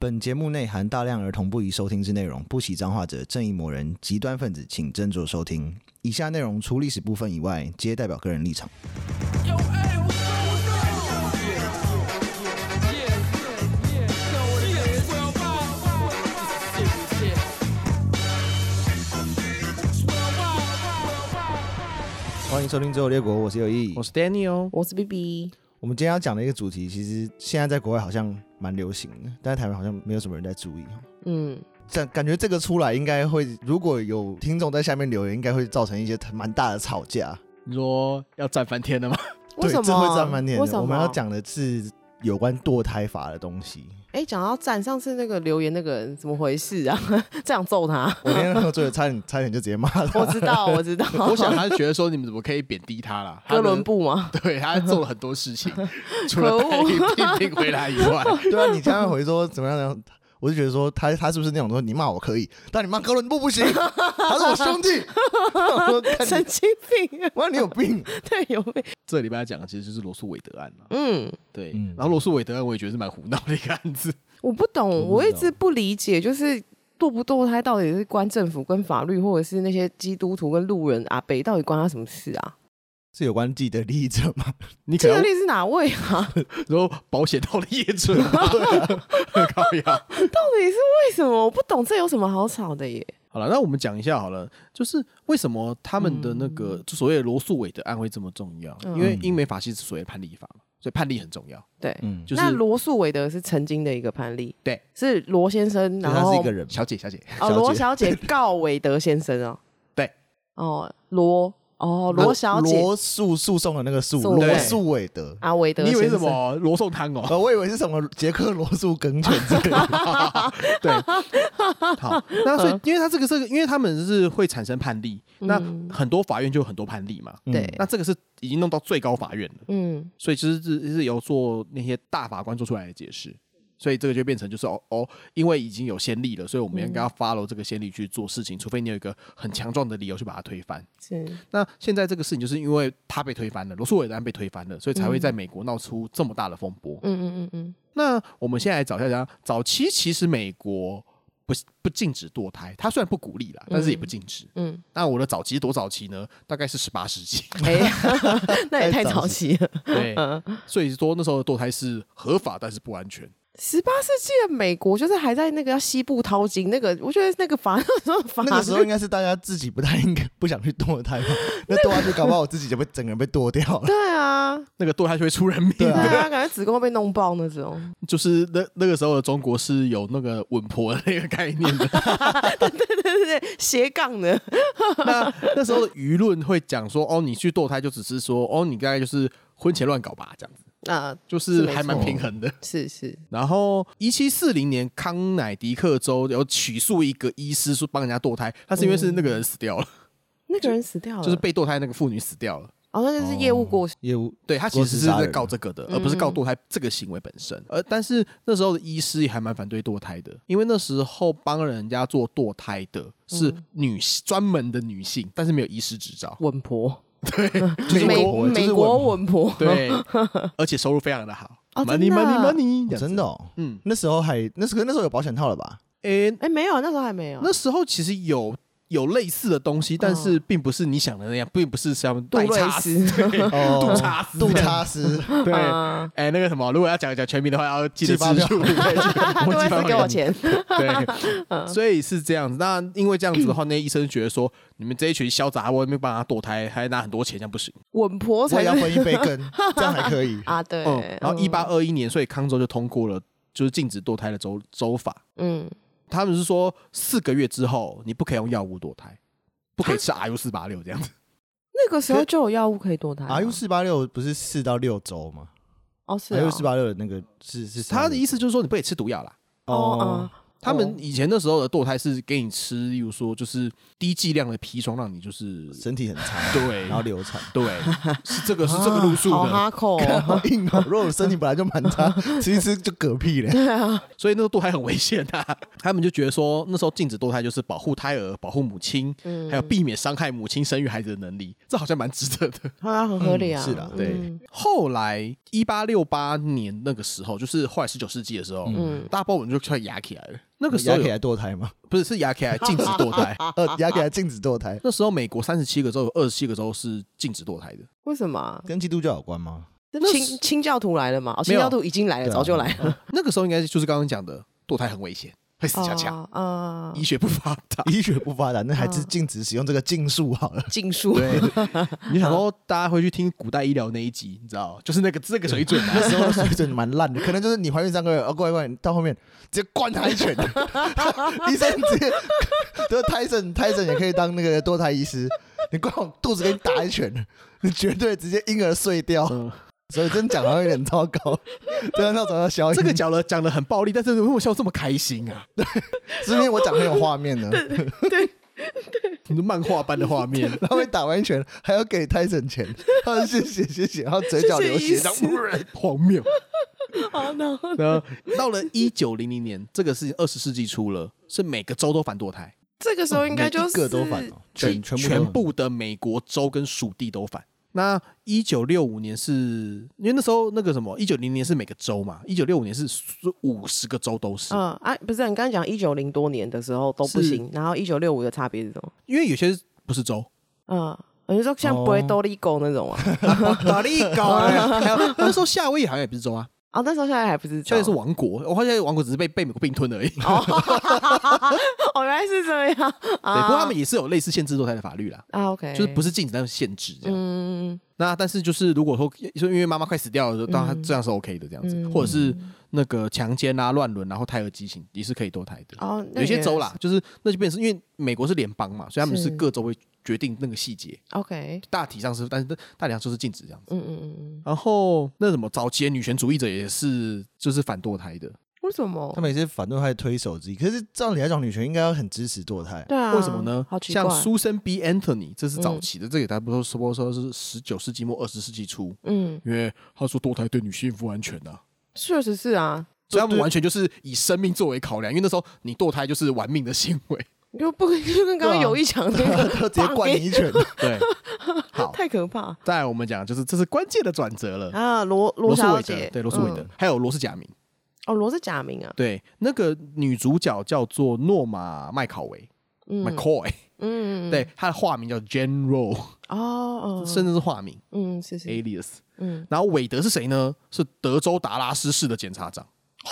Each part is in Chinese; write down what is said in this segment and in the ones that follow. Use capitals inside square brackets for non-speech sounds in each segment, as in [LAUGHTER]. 本节目内含大量儿童不宜收听之内容，不喜脏话者、正义魔人、极端分子，请斟酌收听。以下内容除历史部分以外，皆代表个人立场。 Yo, hey, what's up, what's up? Yeah, yeah, yeah, know what it is. Twelve wild, this is serious shit. Twelve wild, 欢迎收听《只有列国》，我是有意。我是 Daniel，我是 B B，我们今天要讲的一个主题，其实现在在国外好像蛮流行的，但是台湾好像没有什么人在注意。嗯，这感觉这个出来应该会，如果有听众在下面留言，应该会造成一些蛮大的吵架。你说要站翻天 [LAUGHS] 了吗？为对，什么？这会占翻天为什的。么？我们要，讲的是有关堕胎法的东西。哎，讲到站，上次那个留言那个人怎么回事啊？ [LAUGHS] 这样 [LAUGHS] 揍他，我今天喝醉了，差点差点就直接骂他。我知道，[LAUGHS] 我知道，我想他是觉得说你们怎么可以贬低他啦？[LAUGHS] 他哥的伦，布吗？对他做了很多 [LAUGHS] 事情，除可了恶带病病回来以 [LAUGHS] 外， [LAUGHS] 对啊，你这样回说怎么样呢？我就觉得说他他是不是那种说你骂我可以，但你骂哥伦布不行，他是我兄弟。 [LAUGHS] 我 [LAUGHS] 说看神你，经病， [LAUGHS] 我说你有病。对，有病，这礼拜讲的其实就是罗素韦德案嘛。嗯。对，嗯然后罗素韦德案我也觉得是蛮胡闹的一个 [LAUGHS] 案子。我不懂，我不我一知道直不理解，就是堕不堕胎到底是关政府跟法律，或者是那些基督徒跟路人阿北，到底关他什么事啊？ [LAUGHS] 是有关自己的利益者吗？你可这个能例是哪位啊？说保险套的业主吗， [LAUGHS] 高呀。到底是为什么？我不懂，这有什么好吵的耶？好了，那我们讲一下好了，就是为什么他们的那个、就所谓的罗素韦德案会这么重要？嗯因为英美法系是所谓判例法嘛，所以判例很重要。对，嗯，就是那罗素韦德是曾经的一个判例，对，是罗先生，就然他是后一个人嘛，小姐，小姐，哦，罗小姐告韦德先生哦，对，哦，罗哦罗小姐罗诉诉讼的那个诉，诉罗对素韦德。啊韦德你以先为生，是什么罗宋汤哦？呃，我以为是什么杰克罗素梗犬之类的。对， [LAUGHS] 好，那所以因为他这个这个，因为他们是会产生判例，那嗯很多法院就有很多判例嘛。 [LAUGHS] 对嗯那这个是已经弄到最高法院了，嗯所以其实是是由做那些大法官做出来的解释，所以这个就变成就是哦哦，因为已经有先例了，所以我们应该嗯要 follow 这个先例去做事情，除非你有一个很强壮的理由去把它推翻。是那现在这个事情就是因为他被推翻了，罗素韦德案被推翻了，所以才会在美国闹出这么大的风波。嗯嗯嗯嗯那我们现在来找一下，讲早期其实美国不不禁止堕胎，它虽然不鼓励啦，但是也不禁止。 [LAUGHS] 嗯，那我的早期多早期呢？大概是十八世 [LAUGHS] 纪，哎， [LAUGHS] 那也太太早早期了。对，所以说那时候的堕胎是合法，但是不安全。十八世纪的美国就是还在那个西部淘金，那个我觉得那个法 [LAUGHS] 那时候法那个时候应该是大家自己不太应该不想去堕胎吧？那堕下去，搞不好我自己就被整个人被剁掉了。对啊，那个堕胎就会出人命，对对啊啊，感觉子宫会被弄爆那种。 [LAUGHS] 就是那那个时候的中国是有那个稳婆的那个概念 [LAUGHS] 的。对对对，斜杠的，那那时候的舆论会讲说，哦，你去堕胎就只是说，哦，你大概就是婚前乱搞吧，这样子，啊，就是是没还蛮错平衡的。是是，然后，一七四零年，康乃狄克州有起诉一个医师说帮人家堕胎，他是因为是那个人死掉了，那个人死掉了，就是被堕胎那个妇女死掉了。哦，那就是业务过失，业务对他其实是在告这个的，嗯而不是告堕胎这个行为本身。呃，但是那时候的医师也还蛮反对堕胎的，因为那时候帮人家做堕胎的是嗯女专门的女性，但是没有医师 [LAUGHS] 执照。稳婆， [LAUGHS] 就是美我就是美我国稳婆，对，而且收入非常的好哦，money 真的 money 啊 money，这样子真的、哦，嗯，那时候还那时候那时候有保险套了吧？诶，哎，没有，那时候还没有，那时候其实有有类似的东西，但是并不是你想的那样，并不是像杜代瑞叉 [LAUGHS] 斯，哦，杜查斯杜查斯，对。啊，哎，那个什么，如果要讲讲全名的话，要记寄得发字票数， [LAUGHS] 对 [LAUGHS] 杜 [LAUGHS] 瑞斯给我。钱，寄发票对，所以是这样子。那因为这样子的话，那医生觉得说，你们这一群小杂货，没有办法堕胎，还拿很多钱，这样不行。稳婆我才也要是分一杯羹，这样还可以。 [LAUGHS] 啊，对嗯，，然后一八二一年，所以康州就通过了，就是禁止堕胎的州州法。嗯，他们是说，四个月之后你不可以用药物堕胎，不可以吃 RU 四八六这样子。那个时候就有药物可以堕胎 R U 啊四八六不是四到六周吗哦是？R 啊 U 四八六的那个是是他的意思就是说，你不可以吃毒药啦。哦，他们以前那时候的堕胎是给你吃，例如说就是低剂量的砒霜，让你就是身体很差，对然后流产。对，是这个是这个路数啊好的，哈口、好硬哦！如果我身体本来就蛮差，吃一吃就嗝屁嘞。所以那个堕胎很危险的、 [LAUGHS] 他们就觉得说，那时候禁止堕胎就是保护胎儿、保护母亲，嗯还有避免伤害母亲生育孩子的能力，这好像蛮值得的。好像很合理啊。嗯是的对，嗯后来一八六八年那个时候，就是后来十九世纪的时候，嗯大家把我们就快压起来了。那个时牙候起有来堕胎吗？不是是压起来禁止堕胎，呃，牙起来禁止堕胎，那时候美国三十七个州有二十七个州是禁止堕胎的。为什么啊？跟基督教有关吗？清清教徒来了嘛？哦，没清有教徒已经来了，对啊早就来了。那个时候应该就是刚刚讲的，堕胎很危险，会死嗯恰恰，啊啊医！学不发达。医学不发达，那还是禁止使用这个禁术好了。禁术对，你就想说大家会去听古代医疗那一集，你知道，就是那个那个水准啊 [LAUGHS] 那。时候的水准蛮烂的，可能就是你怀孕三个月，哦，过来过来，到后面直接灌他一拳，医生直接，就是泰森，泰森也可以当那个堕胎医师，你灌我肚子给你打一拳，你绝对直接婴儿碎掉。嗯所以真讲好像有点糟糕，真的那种要消音，这个讲了讲的很暴力，但是为什么我笑得这么开心啊？是因为我讲很有画面呢。漫画般的画面，他会打完一拳，还要给泰森钱，他说谢谢谢谢，然后嘴角流谢谢医血师，然后荒谬。啊，然后然后到了一九零零年，这个是二十世纪初了，是每个州都反堕胎，这个时哦候应该就每一是个都反哦，全全部都全部的美国州跟属地都反。那一九六五年是因为那时候那个什么，一九零年是每个州嘛，一九六五年是五十个州都是，嗯啊，不是你刚刚讲一九零多年的时候都不是行，然后一九六五的差别是什么？因为有些不 [LAUGHS] 是州，嗯，你是说像哦不会多利狗那种啊？打利搞 [LAUGHS] 啊！还有那时候夏威夷好像也不是州啊，啊，那时候现在还不知道，夏威夷是王国，我发现王国只是被被美国并吞而已。哦，哦，原来是这样对，啊。不过他们也是有类似限制堕胎的法律啦，啊，OK，就是不是是禁止，但是限制这样。嗯那但是就是如果说说因为妈妈快死掉了，就当然她这样是 OK 的这样子，嗯或者是那个强奸啊、乱伦，然后胎儿畸形也是可以堕胎的。哦，那有些也州啦，就是那就变成是因为美国是联邦嘛，所以他们是是各州会决定那个细节， OK，大体上是，但是大体上就是禁止这样子。嗯嗯嗯嗯，然后那什么早期的女权主义者也是就是反堕胎的，为什么他？们也是反对派推手之一。可是照理来讲，女权应该要很支持堕胎。对啊，为什么呢好？奇怪嗯像，Susan B. Anthony，这是早期的，这个大家不是说说是十九世纪末二十世纪初，嗯，因为他说堕胎对女性不安全啊，确实是啊，所以他们完全就是以生命作为考量，因为那时候你堕胎就是玩命的行为。你就不就跟 [LAUGHS] 刚对刚啊友谊讲的那个他直接灌你一拳， [LAUGHS] 对， [LAUGHS] 好，太可怕再来我们讲就是这是关键的转折了。啊！罗罗斯小韦姐德，，对罗斯韦德嗯，还有罗斯贾明，哦，罗是假名啊，对，那个女主角叫做诺玛麦考维嗯 （McCoy），嗯，嗯，对，她的化名叫 General，哦哦， [LAUGHS] 甚至是化名嗯，是是， （alias）。嗯，然后韦德是谁呢？是德州达拉斯市的检察长。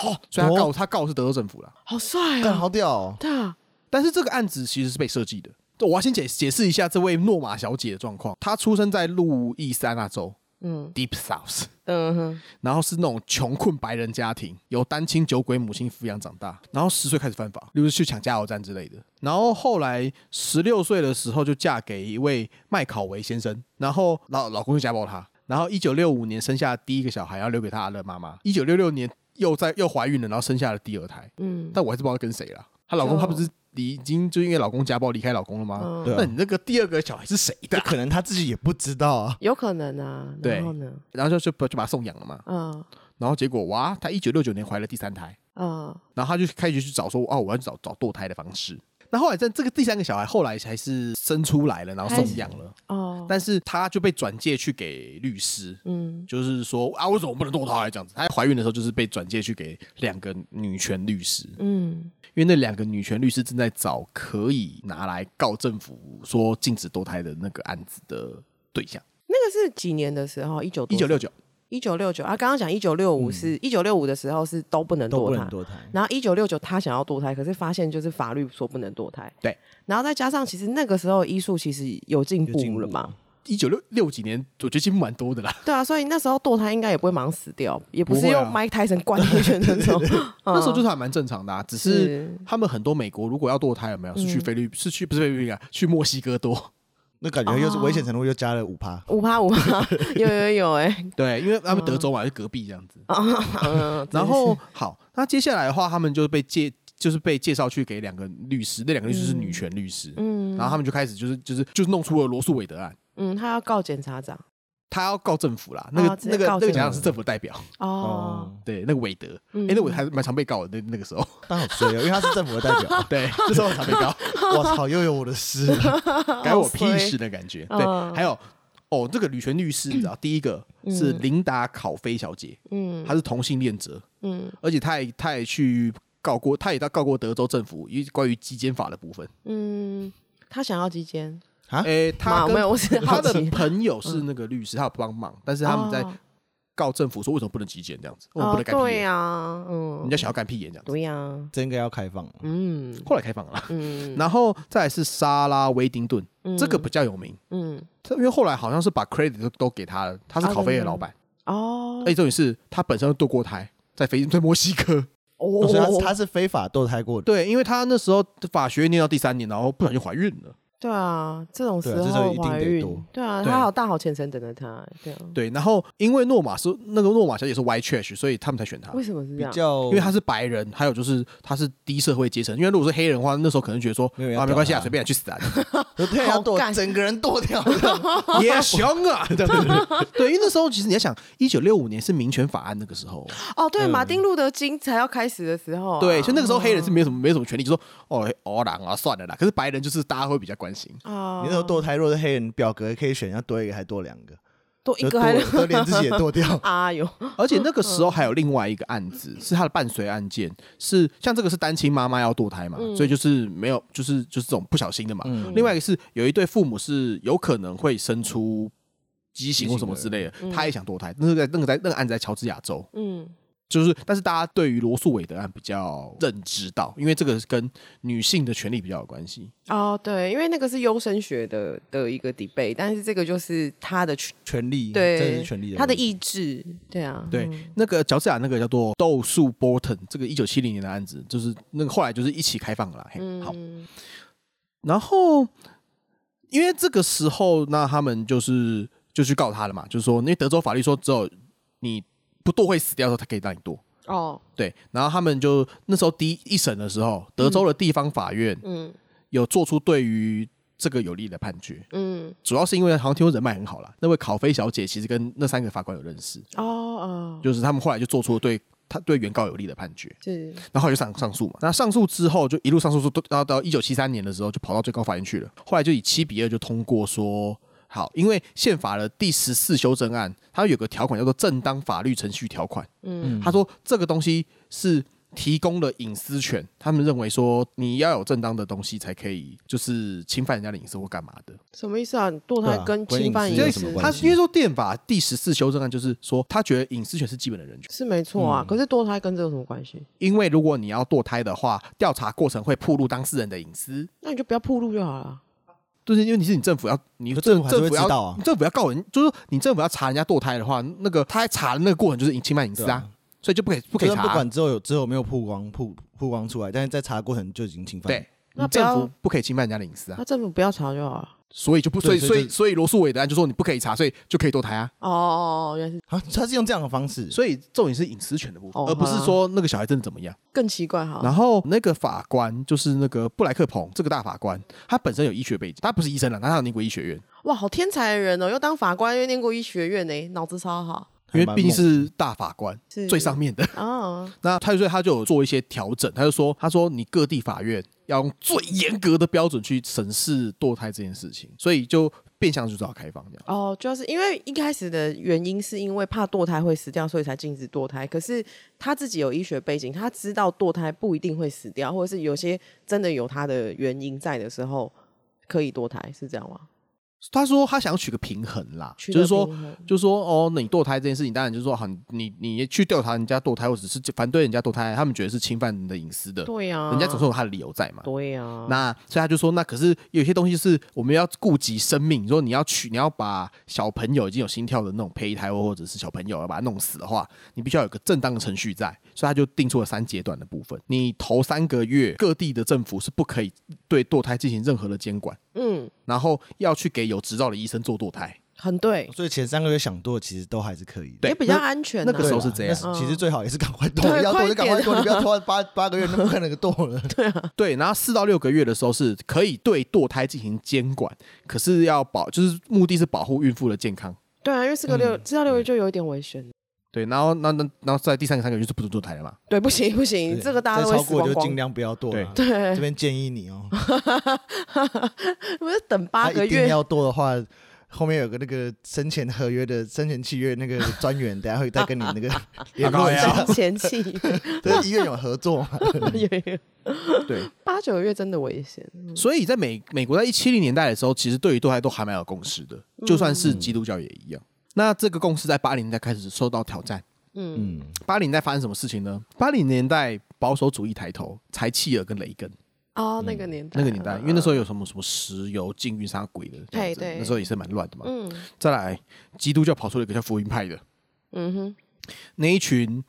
哦，所以他告、他告的是德州政府啦。好帅干啊，好屌哦！对啊，但是这个案子其实是被设计的。我要先解解释一下这位诺玛小姐的状况。她出生在路易斯安那州嗯 （Deep South），嗯哼，然后是那种穷困白人家庭，由单亲酒鬼母亲抚养长大，然后十岁开始犯法，例如去抢加油站之类的。然后后来十六岁的时候就嫁给一位麦考维先生，然后老老公就家暴她。然后一九六五年生下第一个小孩，然后留给她的妈妈。一九六六年又在又怀孕了，然后生下了第二胎，嗯，但我还是不知道跟谁啦。她老公就她不是离已经就因为老公家暴离开老公了吗？嗯对啊那你那个第二个小孩是谁的啊？可能他自己也不知道啊。有可能啊，对然后呢，然后就就就把她送养了嘛。嗯然后结果哇，她一九六九年怀了第三胎。嗯然后他就开始去找说，哦，我要去找找堕胎的方式。那后来在这个第三个小孩后来还是生出来了，然后送养了，哦，但是他就被转介去给律师，嗯就是说啊，为什么我不能堕胎这样子？她怀孕的时候就是被转介去给两个女权律师，嗯因为那两个女权律师正在找可以拿来告政府说禁止堕胎的那个案子的对象。那个是几年的时候？一九一九六九，一九六九啊，刚刚讲一九六五是一九六五的时候是都不能都不堕能胎，堕胎，然后一九六九他想要堕胎，可是发现就是法律说不能堕胎，对，然后再加上其实那个时候医术其实有进有进步了步嘛，一九六六几年，我觉得进步蛮多的啦。对啊，所以那时候堕胎应该也不会马上死掉，也不是不会用啊 Mike Tyson 灌进去那种， [LAUGHS] 那那时候就是还蛮正常的、啊，只是嗯是嗯他们很多美国如果要堕胎有没有是去菲律是去不是菲律宾啊，去墨西哥 [LAUGHS] 多。那感觉又哦是危险程度又加了五趴。五趴五趴，有有有哎、欸，对，因为他们哦德州嘛，就隔壁这样子。啊嗯，然后好，那接下来的话，他们就被介就是被介绍去给两个律师，那两个律师是女权律师，嗯然后他们就开始就是就是就是弄出了罗素韦德案，嗯，他要告检察长他要告政府啦，那个、哦直接那个告那个政府检察长是政府代表，哦，对，那个韦德，哎、嗯那我还蛮常被告的，那那个时候，他好衰哦，因为他是政府的代表。 [LAUGHS] 对，那时候我常被告，我操，又有我的事了。改我屁事的感觉，对，哦嗯还有。哦，这个女权律师，你知道，第一个是琳达·考菲小姐，嗯她是同性恋者，嗯而且她也她也去告过，她也到告过德州政府，因为关于基奸法的部分。嗯，他想要基奸，啊诶、她妈跟没有，我只是他好的奇，嗯朋友是那个律师，他有帮忙，但是他们在哦告政府说为什么不能集检这样子，为什哦么不能干屁对眼？呀，嗯，人家想要干屁眼这样子，对呀，这应该要开放。嗯后来开放了啦。嗯然后再来是莎拉威丁顿，嗯这个比较有名，嗯他因为后来好像是把 credit 都都给他了，他是啊考菲的真的老板，哦而哎且重点是他本身堕过胎，在菲在墨西哥，哦哦所以他他是非法堕胎过的，对，因为他那时候法学院念到第三年，然后不小心怀孕了。对啊，这种时对啊这时候候一定怀得孕多，对啊，对他好大好前程等着他，对啊，对，然后因为诺玛是那个诺玛小姐是 white trash，所以他们才选她。为什么是这比样？较因为他是白人，还有就是他是低社会阶层。因为如果是黑人的话，那时候可能觉得说没有人要啊，没关系啊，屌他随便啊去 [LAUGHS] 死啊，对要好堕干整个人堕 [LAUGHS] 掉的，也行啊，对对对对。因为那时候其实你要想，一九六五年是民权法案那个时候，哦，对，马丁路德金才要开始的时候啊，对，所以那个时候黑人是没有什么没有什么权利，就说哦哦狼啊算了啦。可是白人就是大家会比较关心，啊，你那时候堕胎，若是黑人表格可以选，要多一个还多两个，多一就个还。多多连自己也堕掉 [LAUGHS] 啊哟，而且那个时候还有另外一个案子是他的伴随案件，是像这个是单亲妈妈要堕胎嘛，所以就是没有就是就是这种不小心的嘛。嗯另外一个是有一对父母是有可能会生出畸形或什么之类的，他也想堕胎，那个在那个在那个案子在乔治亚州，嗯就是但是大家对于罗素韦德案比较认知到，因为这个跟女性的权利比较有关系。哦，对，因为那个是优生学的的一个 debate，但是这个就是他的权权利，对，真的是权利的问题。他的意志，对啊，对，那个乔治亚那个叫做豆树 Borton，这个一九七零年的案子，就是那个后来就是一起开放了啦。嘿好，嗯然后因为这个时候，那他们就是就去告他了嘛，就是说，因为德州法律说只有你不堕会死掉的时候，他可以让你堕。哦，对，然后他们就那时候第一一审的时候，德州的地方法院嗯有做出对于这个有利的判决，嗯，主要是因为好像听说人脉很好啦，那位考菲小姐其实跟那三个法官有认识，哦哦，就是他们后来就做出了对他对原告有利的判决，是然后就上上诉嘛。那上诉之后就一路上诉，都到到一九七三年的时候就跑到最高法院去了。后来就以七比二就通过说，好，因为宪法的第十四修正案，它有个条款叫做正当法律程序条款。嗯，他说这个东西是。提供了隐私权，他们认为说你要有正当的东西才可以，就是侵犯人家的隐私或干嘛的。什么意思啊？堕对胎啊跟关于侵犯隐隐私有什就私么是关他系因为说宪法第十四修正案就是说，他觉得隐私权是基本的人权，是没错嗯啊，可是堕胎跟这有什么关系？因为如果你要堕胎的话，调查过程会暴露当事人的隐私。那你就不要铺路就好了。就是因为你是你政府要，你可政政府还是政会府要知道啊你政府要告人，就是说你政府要查人家堕胎的话，那个他还查的那个过程就是隐侵犯隐私对啊啊，所以就不可以不可以就查算啊。不管之后有之后有没有曝光曝曝光出来，但是在查过程就已经侵犯。对，，那你不要政府不可以侵犯人家的隐私啊那，政府不要查就好嗯了。所以就不所以对所所以以就所以罗素韦德案就说你不可以查，所以就可以堕胎啊。哦哦，哦原来是啊，他是用这样的方式，所以重点是隐私权的部分，哦而不是好啊说那个小孩真的怎么样。更奇怪哈。然后那个法官就是那个布莱克彭这个大法官，他本身有医学背景，他不是医生了，但他有念过医学院，哇，好天才的人哦，又当法官，又念过医学院呢，脑子超好。因还为蛮毕竟猛是大法官是最上面的。啊，那他就说他就有做一些调整，他就说他说你各地法院要用最严格的标准去审视堕胎这件事情，所以就变相就是要开放这样。哦，就是因为一开始的原因是因为怕堕胎会死掉，所以才禁止堕胎。可是他自己有医学背景，他知道堕胎不一定会死掉，或者是有些真的有他的原因在的时候可以堕胎，是这样吗？他说他想取个平衡啦，取就是得说平衡就是说哦，那你堕胎这件事情，当然就是说好，你你去调查人家堕胎，或者是反对人家堕胎，他们觉得是侵犯你的隐私的，对呀、人家总是有他的理由在嘛。对呀、啊，那所以他就说，那可是有些东西是我们要顾及生命。你说你要取，你要把小朋友已经有心跳的那种胚胎，或者是小朋友要把他弄死的话，你必须要有个正当的程序在。所以他就定出了三阶段的部分。你头三个月，各地的政府是不可以对堕胎进行任何的监管，嗯然后要去给有执照的医生做堕胎。很对，所以前三个月想多，其实都还是可以的。啊对也比较安全呐。那个时候是这样那是其实最好也是赶快剁，嗯对要剁就快赶点快剁，啊你不要拖到八八个月，那么快那个剁了。对，然后四到六个月的时候是可以对堕胎进行监管，可是要保，就是目的是保护孕妇的健康。对啊，因为四个嗯六，四到六个月就有一点危险。对，然后那那然后在第三个三个月就是不准堕胎了嘛。对，不行不行，对这个大家都再超会死过光就尽光。量不要剁了。对这，边建议你哦， [LAUGHS] 不是等他八个一定月，要剁的话。后面有个那个生前合约的生前契约那个专员，等下会再跟你那个 [LAUGHS] 联络一啊下。前期对，医院有合作嘛？ [LAUGHS] 对，八九个月真的危险。所以在美美国在一七零年代的时候，其实对于堕胎都还蛮有共识的，嗯就算是基督教也一样。那这个共识在八零年代开始受到挑战。 [LAUGHS] 嗯，八零年代发生什么事情呢？八零年代保守主义抬头，柴契尔跟雷根哦，那个年代，嗯那个年代，因为那时候，候有什么什么石油禁运啥鬼的，这样嗯子对对那时候也是蛮乱的嘛。嗯再来，基督教跑出了一个叫福音派的，嗯哼，那一群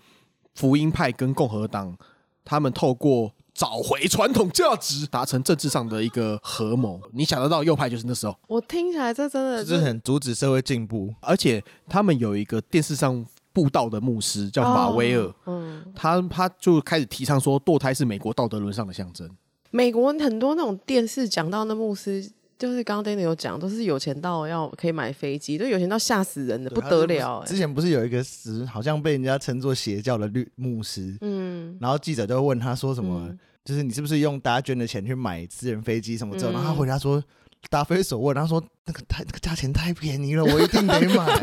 福音派跟共和党，他们透过找回传统价值，达成政治上的一个合谋。你想得到右派就是那时候，我听起来这真的这是很阻止社会进步。而且他们有一个电视上布道的牧师叫马威尔，嗯，他他就开始提倡说，堕胎是美国道德沦丧的象征。美国很多那种电视讲到那牧师。就是刚刚 d a n 有讲，都是有钱到要可以买飞机，都有钱到吓死人的不得了、之欸。前不是有一个词，好像被人家称作邪教的律牧师，嗯，然后记者就问他说什么，嗯就是你是不是用大家捐的钱去买私人飞机什么之后，嗯然后他回答说。答非所问，然后说那个太那个价钱太便宜了，我一定得买、啊。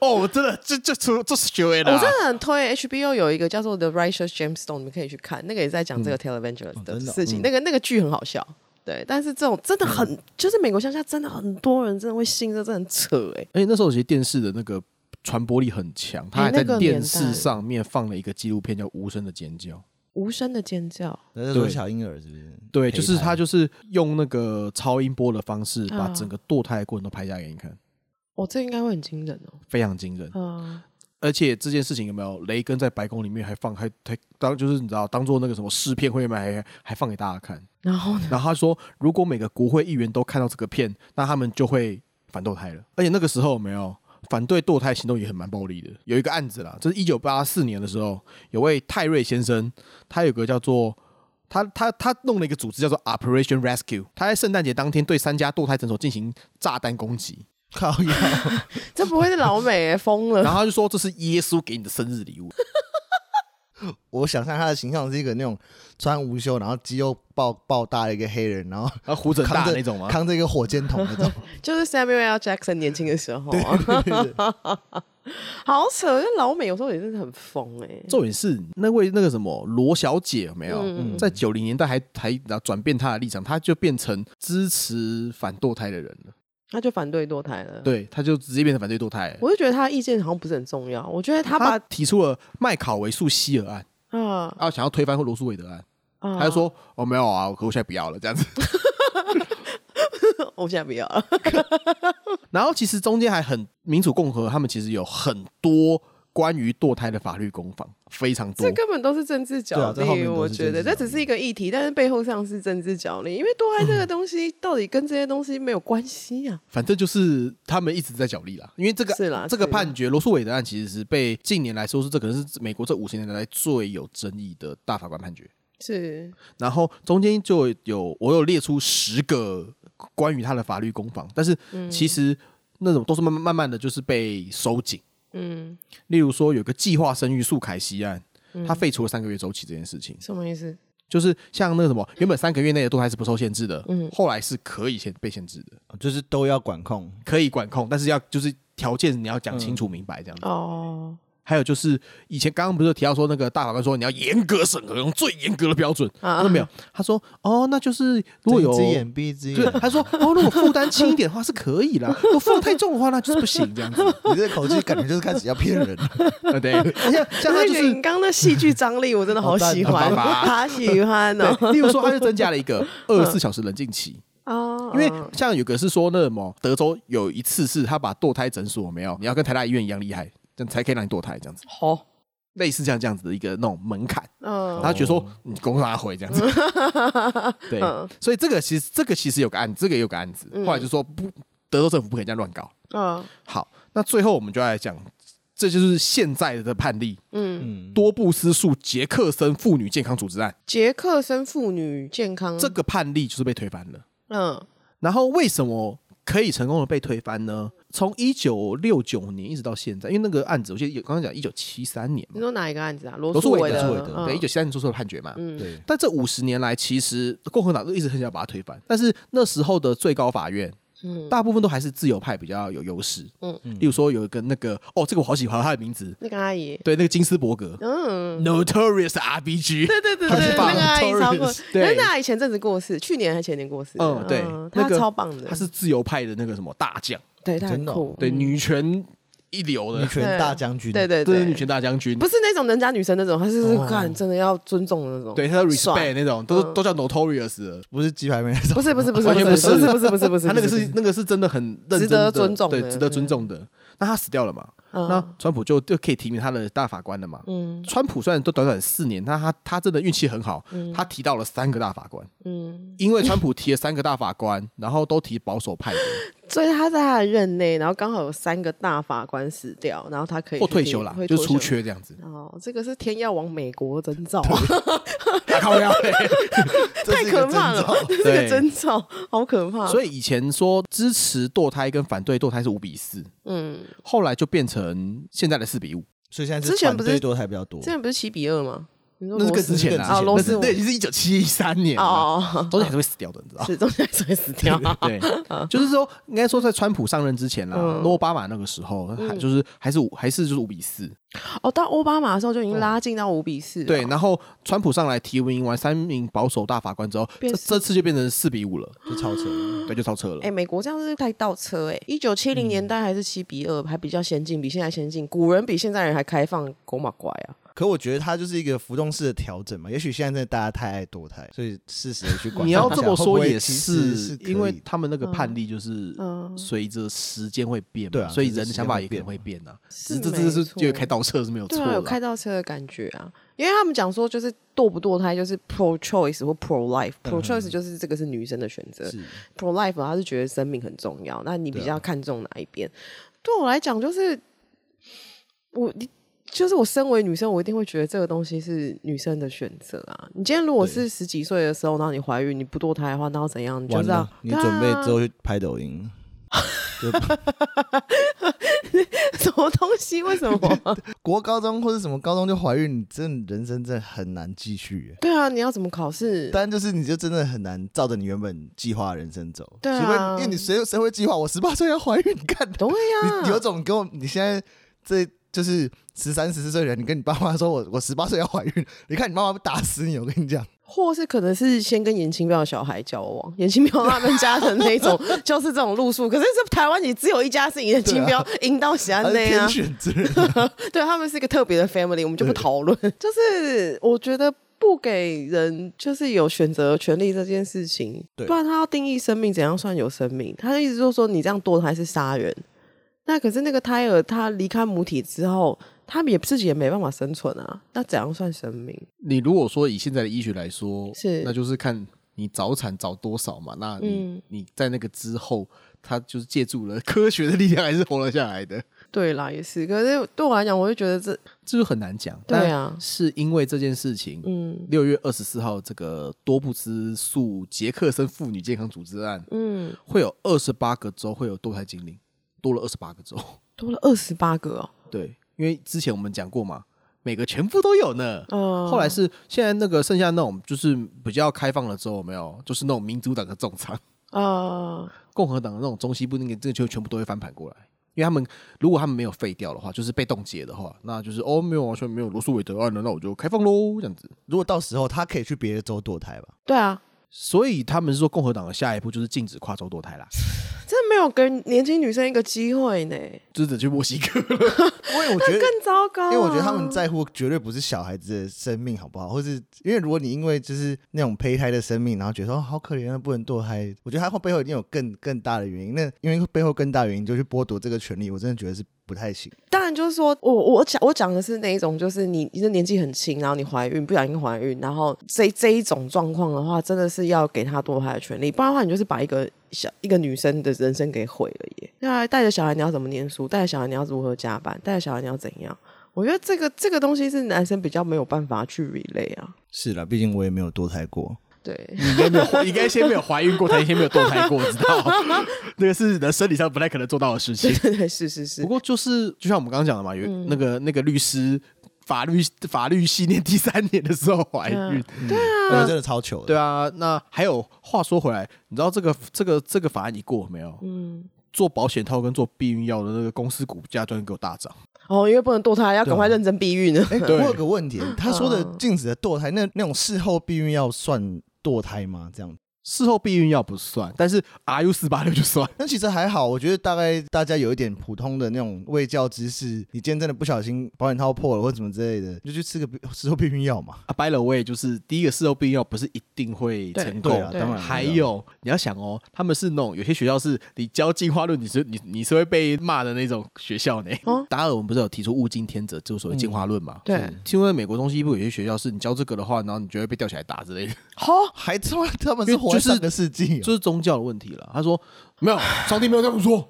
哦，真的，这这这这是学啊位我真的很推 HBO 有一个叫做《The Righteous Gemstone》，你们可以去看，那个也在讲嗯这个 televangelist 的真的哦事情。嗯那个那个剧很好笑，对。但是这种真的很，就是美国乡下真的很多人真的会信，这真的很扯哎、欸。而且那时候其实电视的那个传播力很强，他还哎那在个电年代视上面放了一个纪录片叫《无声的尖叫》。无声的尖叫，那是说小婴儿是不是？胚对，胎就是他就是用那个超音波的方式，啊把整个堕胎的过程都拍下来给你看，我、这应该会很惊人哦。非常惊人。嗯，而且这件事情有没有雷根在白宫里面还放还还当就是你知道当做那个什么试片会嘛，还还放给大家看。然后呢？然后他说，如果每个国会议员都看到这个片，那他们就会反堕胎了。而且那个时候有没有反对堕胎行动也很蛮暴力的。有一个案子啦，这是一九八四年的时候，有位泰瑞先生，他有个叫做。他他他弄了一个组织叫做 Operation Rescue，他在圣诞节当天对三家堕胎诊所进行炸弹攻击，靠药， [LAUGHS] 这不会是老美、欸、疯了然？后他就说这是耶稣给你的生日礼物。我想象他的形象是一个那种穿无袖，然后肌肉爆爆大的一个黑人，然后啊，胡子很扛大着那种吗？扛着一个火箭筒那 [LAUGHS] 种。就是 Samuel L. Jackson 年轻的时候啊， [LAUGHS] 好扯！那老美有时候也真的很疯哎、欸。重点是那位那个什么罗小姐有没嗯有，在九零年代还还然后转变她的立场，她就变成支持反堕胎的人了。他就反对堕胎了。，对，她就直接变成反对堕胎了。嗯我就觉得他的意见好像不是很重要。我觉得他把她提出了麦考维诉希尔案，啊啊，想要推翻罗素韦德案，啊，她就说哦没有啊，我我现在不要了这 [LAUGHS] 样子。我现在不要了。然后其实中间还很民主共和，他们其实有很多关于堕胎的法律攻防，非常多这。根本都是政治角对啊这后力，面都是我觉得政治角这力只是一个议题，但是背后上是政治角力，因为堕胎这个东西到底跟这些东西没有关系啊呀、反正就是他们一直在角力啦，因为这个是啦这个是判决罗素韦德案其实是被近年来说是这可能是美国这五十年来最有争议的大法官判决。是然后中间就有我有列出十个关于他的法律攻防，但是嗯其实那种都是慢慢慢慢的就是被收紧。嗯，例如说有个计划生育诉凯西案，他废除了三个月周期这件事情，什么意思？就是像那个什么原本三个月内的堕胎是不受限制的，嗯后来是可以限被限制的，就是都要管控。可以管控，但是要就是条件你要讲清楚明白这样子。哦，还有就是以前刚刚不是有提到说那个大法官说你要严格审核，用最严格的标准，啊他说没有，他说哦，那就是如果有睁一只眼闭一只哦对，眼，他说哦，如果负担轻一点的话是可 [LAUGHS] 以啦，如果负担太重的话那就是不行这样子。你这口气感觉就是开始要骗人了。呃对，像像他那就个你是。刚刚那戏剧张力，我真的 [LAUGHS] 好喜欢，好赞好他喜欢哦。对，例如说，他就增加了一个嗯二十四小时冷静期， [LAUGHS] 哦，因为像有个是说那什么，德州有一次是他把堕胎诊所有没有，你要跟台大医院一样厉害，这样才可以让你堕胎这样子。好，类似这样这样子的一个那种门槛，嗯，他觉得说你公司拉回这样子，对，所以这个其实这个其实有个案子，这个也有个案子，后来就说不，德州政府不可以这样乱搞。嗯好，那最后我们就来讲，这就是现在的判例，嗯， [LAUGHS] 多布斯诉杰克森妇女健康组织案，杰克森妇女健康这个判例就是被推翻了。嗯然后为什么可以成功的被推翻呢？从一九六九年一直到现在，因为那个案子，我记得有刚刚讲一九七三年你嘛，说哪一个案子啊？罗罗素素韦韦德罗德，素韦德嗯对，一九七三年做出了判决嘛。对，但这五十年来，其实共和党都一直很想把它推翻，但是那时候的最高法院，大部分都还是自由派比较有优势。嗯嗯，例如说有一个那个，哦，这个我好喜欢他的名字，那个阿姨，对，那个金斯伯格、 [LAUGHS] 嗯， n o t o r i o u s RBG，对对对很对，棒那个阿姨超过 Taurus，，对那那阿姨前阵子过世，去年还前年过世，嗯，对，那她个超棒的，他是自由派的那个什么大将，对她很真的哦酷，对，女权一流的女，权大将军，对对这是对哦女，权大将军不。是那种人家女生那种，她是看真的要尊重的那种，对，他的帅 respect 那种都都叫 notorious 的，不是鸡排妹那种不，是不嗯是不是完全不不是是不是不是不是，他那个不是那个是真的很认值真得的尊重的对，值得尊重的。那他死掉了嘛？嗯那川普就就可以提名他的大法官了嘛？嗯川普虽然都短短四年，但他他真的运气很好，他提到了三个大法官，嗯，因为川普提了三个大法官，然后都提保守派 [LAUGHS] 的所以她在她的任内，然后刚好有三个大法官死掉，然后她可以或去退提休啦会，就退出休。缺这样子哦，这个是天要往美国征兆，啊靠腰 [LAUGHS] 嘞 [LAUGHS] 太可怕了吧， [LAUGHS] 这是个对征兆，好可怕。所以，以以前说支持堕胎跟反对堕胎是五比四，嗯，后来就变成现在的四比五。所以现在之是前反不是对多还比较多之，前不是七比二吗？你说那是罗更斯之前的、啊啊，罗那斯是那已经是一九七三年哦了，哦，哦中间还是会死掉的，你知道吗？ [LAUGHS] 是嗯中间还是会死 [LAUGHS] 掉。 [LAUGHS] 对，就是说，应该说在川普上任之前啦，嗯那奥巴马那个时候还就是还是五还是就是五比四，哦，到奥巴马的时候就已经拉近到五比四。对，，然后川普上来提名完三名保守大法官之后，变这四这次就变成四比五了，就超车。对，就超车嗯了哎，。美国这样是太倒车哎！一九七零年代还是七比二，还比较先进，比现在先进。古人比现在人还开放，狗马乖啊！可我觉得它就是一个浮动式的调整嘛，也许现在真的大家太爱堕胎，所以事实的去管。你要这么会不说会也其实是是，可以因为的他们那个判例就是嗯随着时间会变对嘛，啊所以随着人的时想间法会也可能变会变啊。是这这没这是错就有开倒车是没有错对啊，有的开啦，倒车的感觉啊，因为他们讲说就是堕不堕胎就是 pro choice 或 pro 嗯 life，pro choice 就是这个是女生的选择是，pro life 他是觉得生命很重要，那你比对啊较看重哪一边？对我来讲就是我你就是我身为女生，我一定会觉得这个东西是女生的选择啊。你今天如果是十几岁的时候，然后你怀孕，你不堕胎的话，那要怎样？你就完知道了，你准备对啊之后去拍抖音，就 [LAUGHS] 什么东西？为什么？ [LAUGHS] 国高中或者什么高中就怀孕，你真的人生真的很难继续耶。对啊，你要怎么考试？但就是你就真的很难照着你原本计划的人生走，对啊除非因为你谁谁会计划我十八岁要怀孕？你看，对啊呀、你有种跟我，你现在这就是十三十四岁的人，你跟你爸妈说我我十八岁要怀孕，你看你妈妈不打死你，我跟你讲，或是可能是先跟严清标的小孩交往，严清标他们家的那 [LAUGHS] 种，就是这种路数。可是这台湾也只有一家是严清标赢到喜安啊他是内啊天，选之人， [LAUGHS] [LAUGHS] 对他们是一个特别的 family，我们就不讨论。 [LAUGHS] 就是我觉得不给人就是有选择权利这件事情，对不然他要定义生命怎样算有生命，他的意思就是说你这样堕胎是杀人。那可是那个胎儿他离开母体之后，他们也自己也没办法生存啊，那怎样算生命？你如果说以现在的医学来说，是那就是看你早产早多少嘛。那你、嗯你在那个之后，他就是借助了科学的力量，还是活了下来的，对啦，也是。可是对我来讲，我就觉得这这就很难讲。对啊，是因为这件事情，嗯六、月二十四号这个多布斯诉杰克森妇女健康组织案，嗯，会有二十八个州会有堕胎禁令，多了二十八个州。 [LAUGHS] 多了二十八个哦。对，因为之前我们讲过嘛，每个全部都有呢。嗯后来是现在那个剩下那种就是比较开放了之后，有没有就是那种民主党的重仓，啊，共和党的那种中西部那个这就全部都会翻盘过来。因为他们如果他们没有废掉的话，就是被冻结的话，那就是哦没有完全没有罗素韦德案了，那我就开放喽这样子。如果到时候他可以去别的州堕胎吧，对啊，所以他们是说共和党的下一步就是禁止跨州堕胎啦。真的没有给年轻女生一个机会呢，就是只去墨西哥了。因为我觉得，更糟糕啊、因为我觉得他们在乎绝对不是小孩子的生命，好不好？或是因为如果你因为就是那种胚胎的生命，然后觉得说、哦好可怜啊，不能堕胎，我觉得他后背后一定有更更大的原因。那因为背后更大的原因就去剥夺这个权利，我真的觉得是不太行。当然就是说我我讲我讲的是那一种，就是你你的年纪很轻，然后你怀孕不小心怀孕，然后这这一种状况的话，真的是要给她堕胎的权利，不然的话你就是把一个小一个女生的人生给毁了耶。对啊，带着小孩你要怎么念书？带着小孩你要如何加班？带着小孩你要怎样？我觉得这个这个东西是男生比较没有办法去 relay 啊。是啦，毕竟我也没有堕胎过。对， [LAUGHS] [LAUGHS] 你应该没有怀，你应该先没有怀孕过，才先没有堕胎过，我知 [LAUGHS] 道？那个是人生理上不太可能做到的事情对。对对，是是是 [LAUGHS] 不。过就是就像我们刚刚讲的嘛，有那个那个律师法律法律系念第三年的时候怀孕，我觉得真的超糗的。对啊。那还有话说回来，你知道这个这个这个法案一过没有？嗯。做保险套跟做避孕药的那个公司股价突然给我大涨，哦，因为不能堕胎，要赶快认真避孕呢。 [LAUGHS] 哎、对我有个问题，他说的禁止的堕胎，那那种事后避孕药算堕胎吗？这样，事后避孕药不算，但是 RU 四八六就算。那其实还好，我觉得大概大家有一点普通的那种卫教知识，你今天真的不小心保险套破了或怎么之类的，你就去吃个避事后避孕药嘛。啊，by the way，就是第一个事后避孕药不是一定会对成对功啊，，对当然还有你要想哦，他们是那种有些学校是你教进化论，你是你你是会被骂的那种学校呢。哦达尔文不是有提出物竞天择，就是所谓进化论嘛？对是，听说美国中西部有些学校是你教这个的话，然后你就会被吊起来打之类的，好，还他妈他们因是为活在就是上个世纪、就是宗教的问题了。他说没有，上帝没有这样说，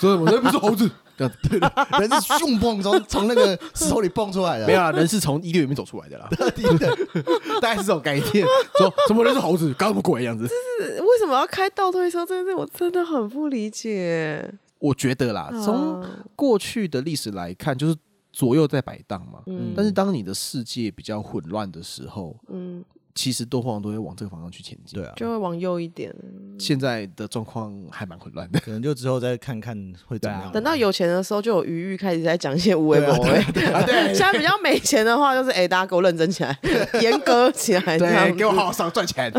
所以我们不是猴 [LAUGHS] 子。这样子哦，人是咻蹦从从那个石头里蹦出来的，没有啦，啊人是从一六里面走出来的啦，有的， [LAUGHS] 大概是这种概念。 [LAUGHS] 说什么人是猴子，搞什么鬼这样子？为什么要开倒退车？这件事我真的很不理解。我觉得啦，从啊过去的历史来看，就是左右在摆荡嘛。嗯但是当你的世界比较混乱的时候，嗯，其实多或少都会往这个方向去前进。对啊，就会往右一点。现在的状况还蛮混乱 [LAUGHS] 的。可能就之后再看看会怎么啊样。等到有钱的时候，就有余裕开始在讲一些无为不为。啊 [LAUGHS] 现在比较没钱的话，就是哎，大家给我认真起 [LAUGHS] 来，严格起来，这样子。好好上 [LAUGHS] 赚钱。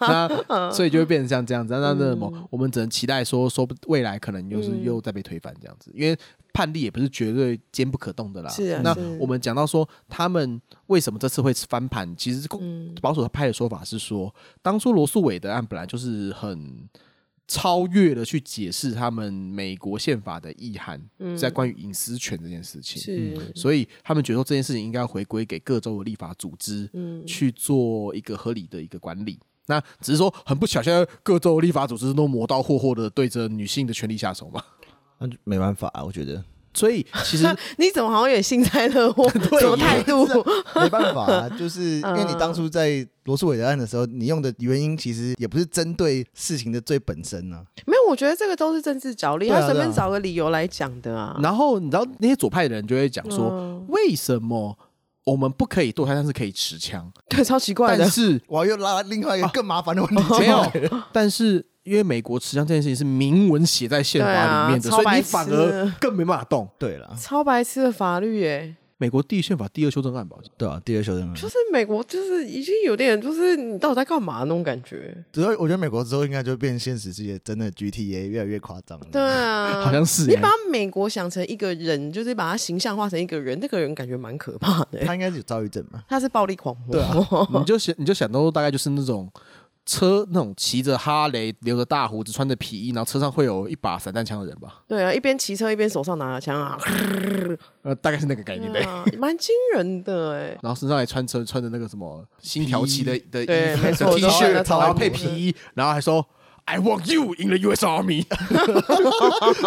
那所以就会变成像这样子。那那什嗯么，我们只能期待说，说不未来可能又是又再被推翻这样子，因为判例也不是绝对坚不可动的啦。是啊那是我们讲到说，他们为什么这次会翻盘？其实嗯保守派的说法是说，当初罗素韦德案本来就是很。超越了去解释他们美国宪法的意涵，在关于隐私权这件事情。嗯是，所以他们觉得说这件事情应该回归给各州的立法组织，嗯去做一个合理的一个管理。那只是说很不巧，现在各州立法组织都磨刀霍霍的对着女性的权利下手嘛。 [LAUGHS] 那就没办法、啊，我觉得所以 [LAUGHS] 其实你怎么好像有点幸灾乐 [LAUGHS] 祸？啊什么态度？没办法、 [LAUGHS] 啊，就是因为你当初在罗素韦德案的时候，你用的原因其实也不是针对事情的最本身啊呢、没有，我觉得这个都是政治角力，对啊他随便找个理由来讲的啊。然后你知道那些左派的人就会讲说嗯，为什么我们不可以堕胎，但是可以持枪？对，超奇怪的但。是我又拉另外一个哦更麻烦的问题 [LAUGHS] [LAUGHS] 进没来了、有， [LAUGHS] 但是因为美国持枪这件事情是明文写在宪法里面的，对啊超所以白你痴反而更没办法动。对了，超白痴的法律耶、美国第一宪法第二修正案吧，对啊，第二修正案。就是美国，就是已经有点，就是你到底在干嘛那种感觉。只要我觉得美国之后应该就变现实世界，真的 GTA 越来越夸张了。对啊， [LAUGHS] 好像是 [LAUGHS] 你欸把美国想成一个人，就是把他形象化成一个人，那个人感觉蛮可怕的 [LAUGHS] 欸、他应该是有躁郁症嘛？他是暴力狂魔，对啊你就想你就想到大概就是那种车那种骑着哈雷、留着大胡子、穿着皮衣，然后车上会有一把散弹枪的人吧？对啊，一边骑车一边手上拿着枪啊， [LAUGHS] 呃，大概是那个概念呗。对啊蛮惊人的哎、然后身上还穿着穿着那个什么新条旗的的衣服对没的 [LAUGHS] 错 T 我知道恤，那超然后酷配的皮衣，然后还说 I want you in the U.S. Army。 [LAUGHS]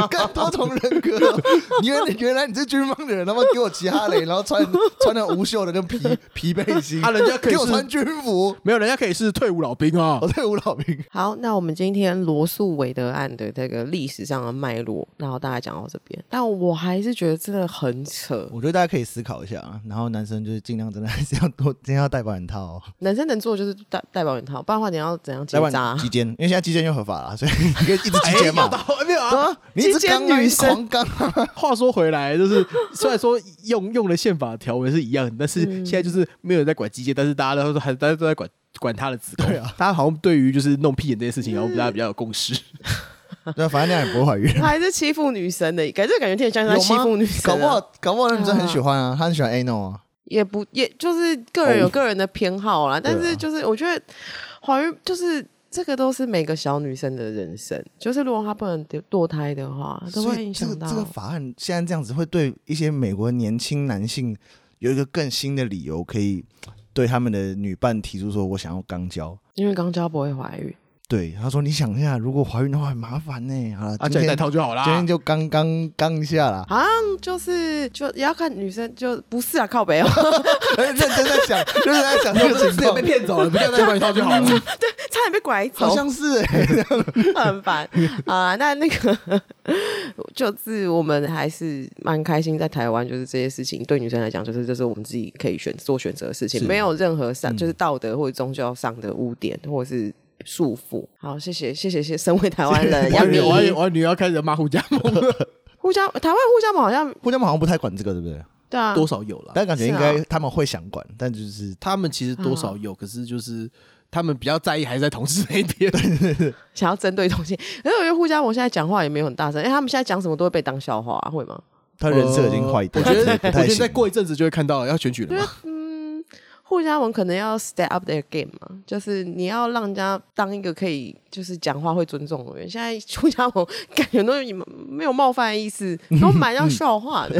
更多重人格， [LAUGHS] 你原来原来你是军方的人，他妈给我骑哈雷，然后穿穿那无袖的那皮 [LAUGHS] 皮背心，啊人家可以给我是穿军服，没有，人家可以是退伍老兵哦啊我。退伍老兵。好，那我们今天罗素韦德案的这个历史上的脉络，然后大概讲到这边，但我还是觉得真的很扯，我觉得大家可以思考一下啊，然后男生就是尽量真的还是要多，今天要戴保险套、哦，男生能做的就是戴戴保险套，不然的话你要怎样结戴保扎险？肌间，因为现在肌间又合法了，所以你可以一直肌间嘛。没有啊。啊，你一直肌间刚刚女狂生刚啊，话说回来，就是 [LAUGHS] 虽然说用用的宪法条文是一样的，但是现在就是没有人在管机械，但是大家都还大家都在管管他的子宫。对啊，大家好像对于就是弄屁眼这件事情，然后大家比较有共识。对，啊反正那样也不会怀孕。 [LAUGHS] 他还是欺负女生的，感觉感觉听起来像在有欺吗负女生搞啊、不好，搞不好那女生很喜欢啊，她很喜欢 a no 啊。也不也就是个人哦有个人的偏好啦，但对是啊就是我觉得怀孕就是。这个都是每个小女生的人生，就是如果她不能堕堕胎的话，都所会以影这响个到。这个法案现在这样子，会对一些美国年轻男性有一个更新的理由，可以对他们的女伴提出说：“我想要肛交。因为肛交不会怀孕，”对，他说：“你想一下，如果怀孕的话很麻烦呢、好了， [LAUGHS] 啊，今叫你戴天套就好啦。今天就刚刚刚一下啦。好像就是就也要看女生，就不是啊，靠 [LAUGHS] 北哦， [LAUGHS] 哎认真在想，认真在想这个情直接被况，骗走了，不叫戴外套就 [LAUGHS] 好了。差点被拐走，好像是、欸。 [LAUGHS] 很烦啊、那那个就是我们还是蛮开心，在台湾就是这些事情对女生来讲，就是这是我们自己可以选做选择的事情，是没有任何上、就是道德或者宗教上的污点或者是束缚。好，谢谢谢谢谢谢，身为台湾人，我要女你我女我女儿开始骂护家盟了，互相台湾互相好像互相好像不太管这个，对不对？对啊，多少有啦。但感觉是应啊该他们会想管，但就是他们其实多少有，可是就是他们比较在意还是在同事那一边。想要针对同性，可是我觉得互相我现在讲话也没有很大声，因为他们现在讲什么都会被当笑话、啊，会吗？他人设已经坏掉哦我了，觉得不我太觉得行再。过一阵子就会看到了，要选举了嘛。嗯，互相文可能要 step up their game 嘛，就是你要让人家当一个可以就是讲话会尊重的人。现在互相文感觉都没有冒犯的意思，都蛮像笑话 [LAUGHS] 的。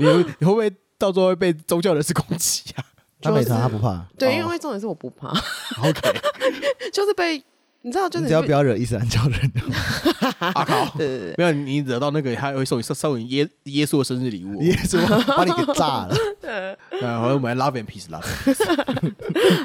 你会你会不会到最后会被宗教人士攻击啊他没就是差，他不怕。对，哦因为重点是我 [LAUGHS] 不怕， ？OK， [LAUGHS] 就是被你知道，就你是你只要被不要惹伊斯兰教人， [LAUGHS] 阿靠，对对对。没有你惹到那个，他会送你送送你耶耶稣的生日礼物哦。耶稣把你给炸 [LAUGHS] 了。然后我们来 love and peace 啦。嗯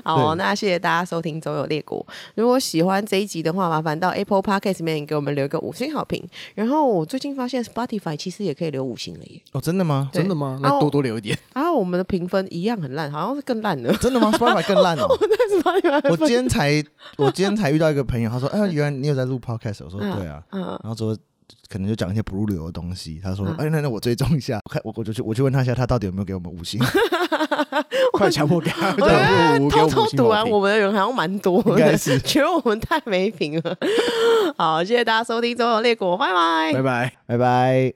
好，那谢谢大家收听《周游列国》。如果喜欢这一集的话，麻烦到 Apple Podcast 里面给我们留一个五星好评。然后我最近发现 Spotify 其实也可以留五星了耶。哦，真的吗？对啊真的吗？然那后多多留一点。然后我们的评分一样很烂，好像是更烂了。真的吗？Spotify 更烂哦。 [LAUGHS] Spotify 我今天才我今天才遇到一个朋友，他说：“哎，原来你有在录 podcast。”我说：“对啊。”嗯，然后说可能就讲一些不入流的东西。他说嗯：“哎，那那我追踪一下，我看我我就去我去问他一下，他到底有没有给我们五星？ [LAUGHS] 快强迫给 [LAUGHS] 他啊我觉让得我给偷我偷五星哎读好完评我们的人好像蛮多应该的，是 [LAUGHS] 觉得我们太没品了。好，谢谢大家收听《周游列国》，拜拜拜。拜。拜拜。”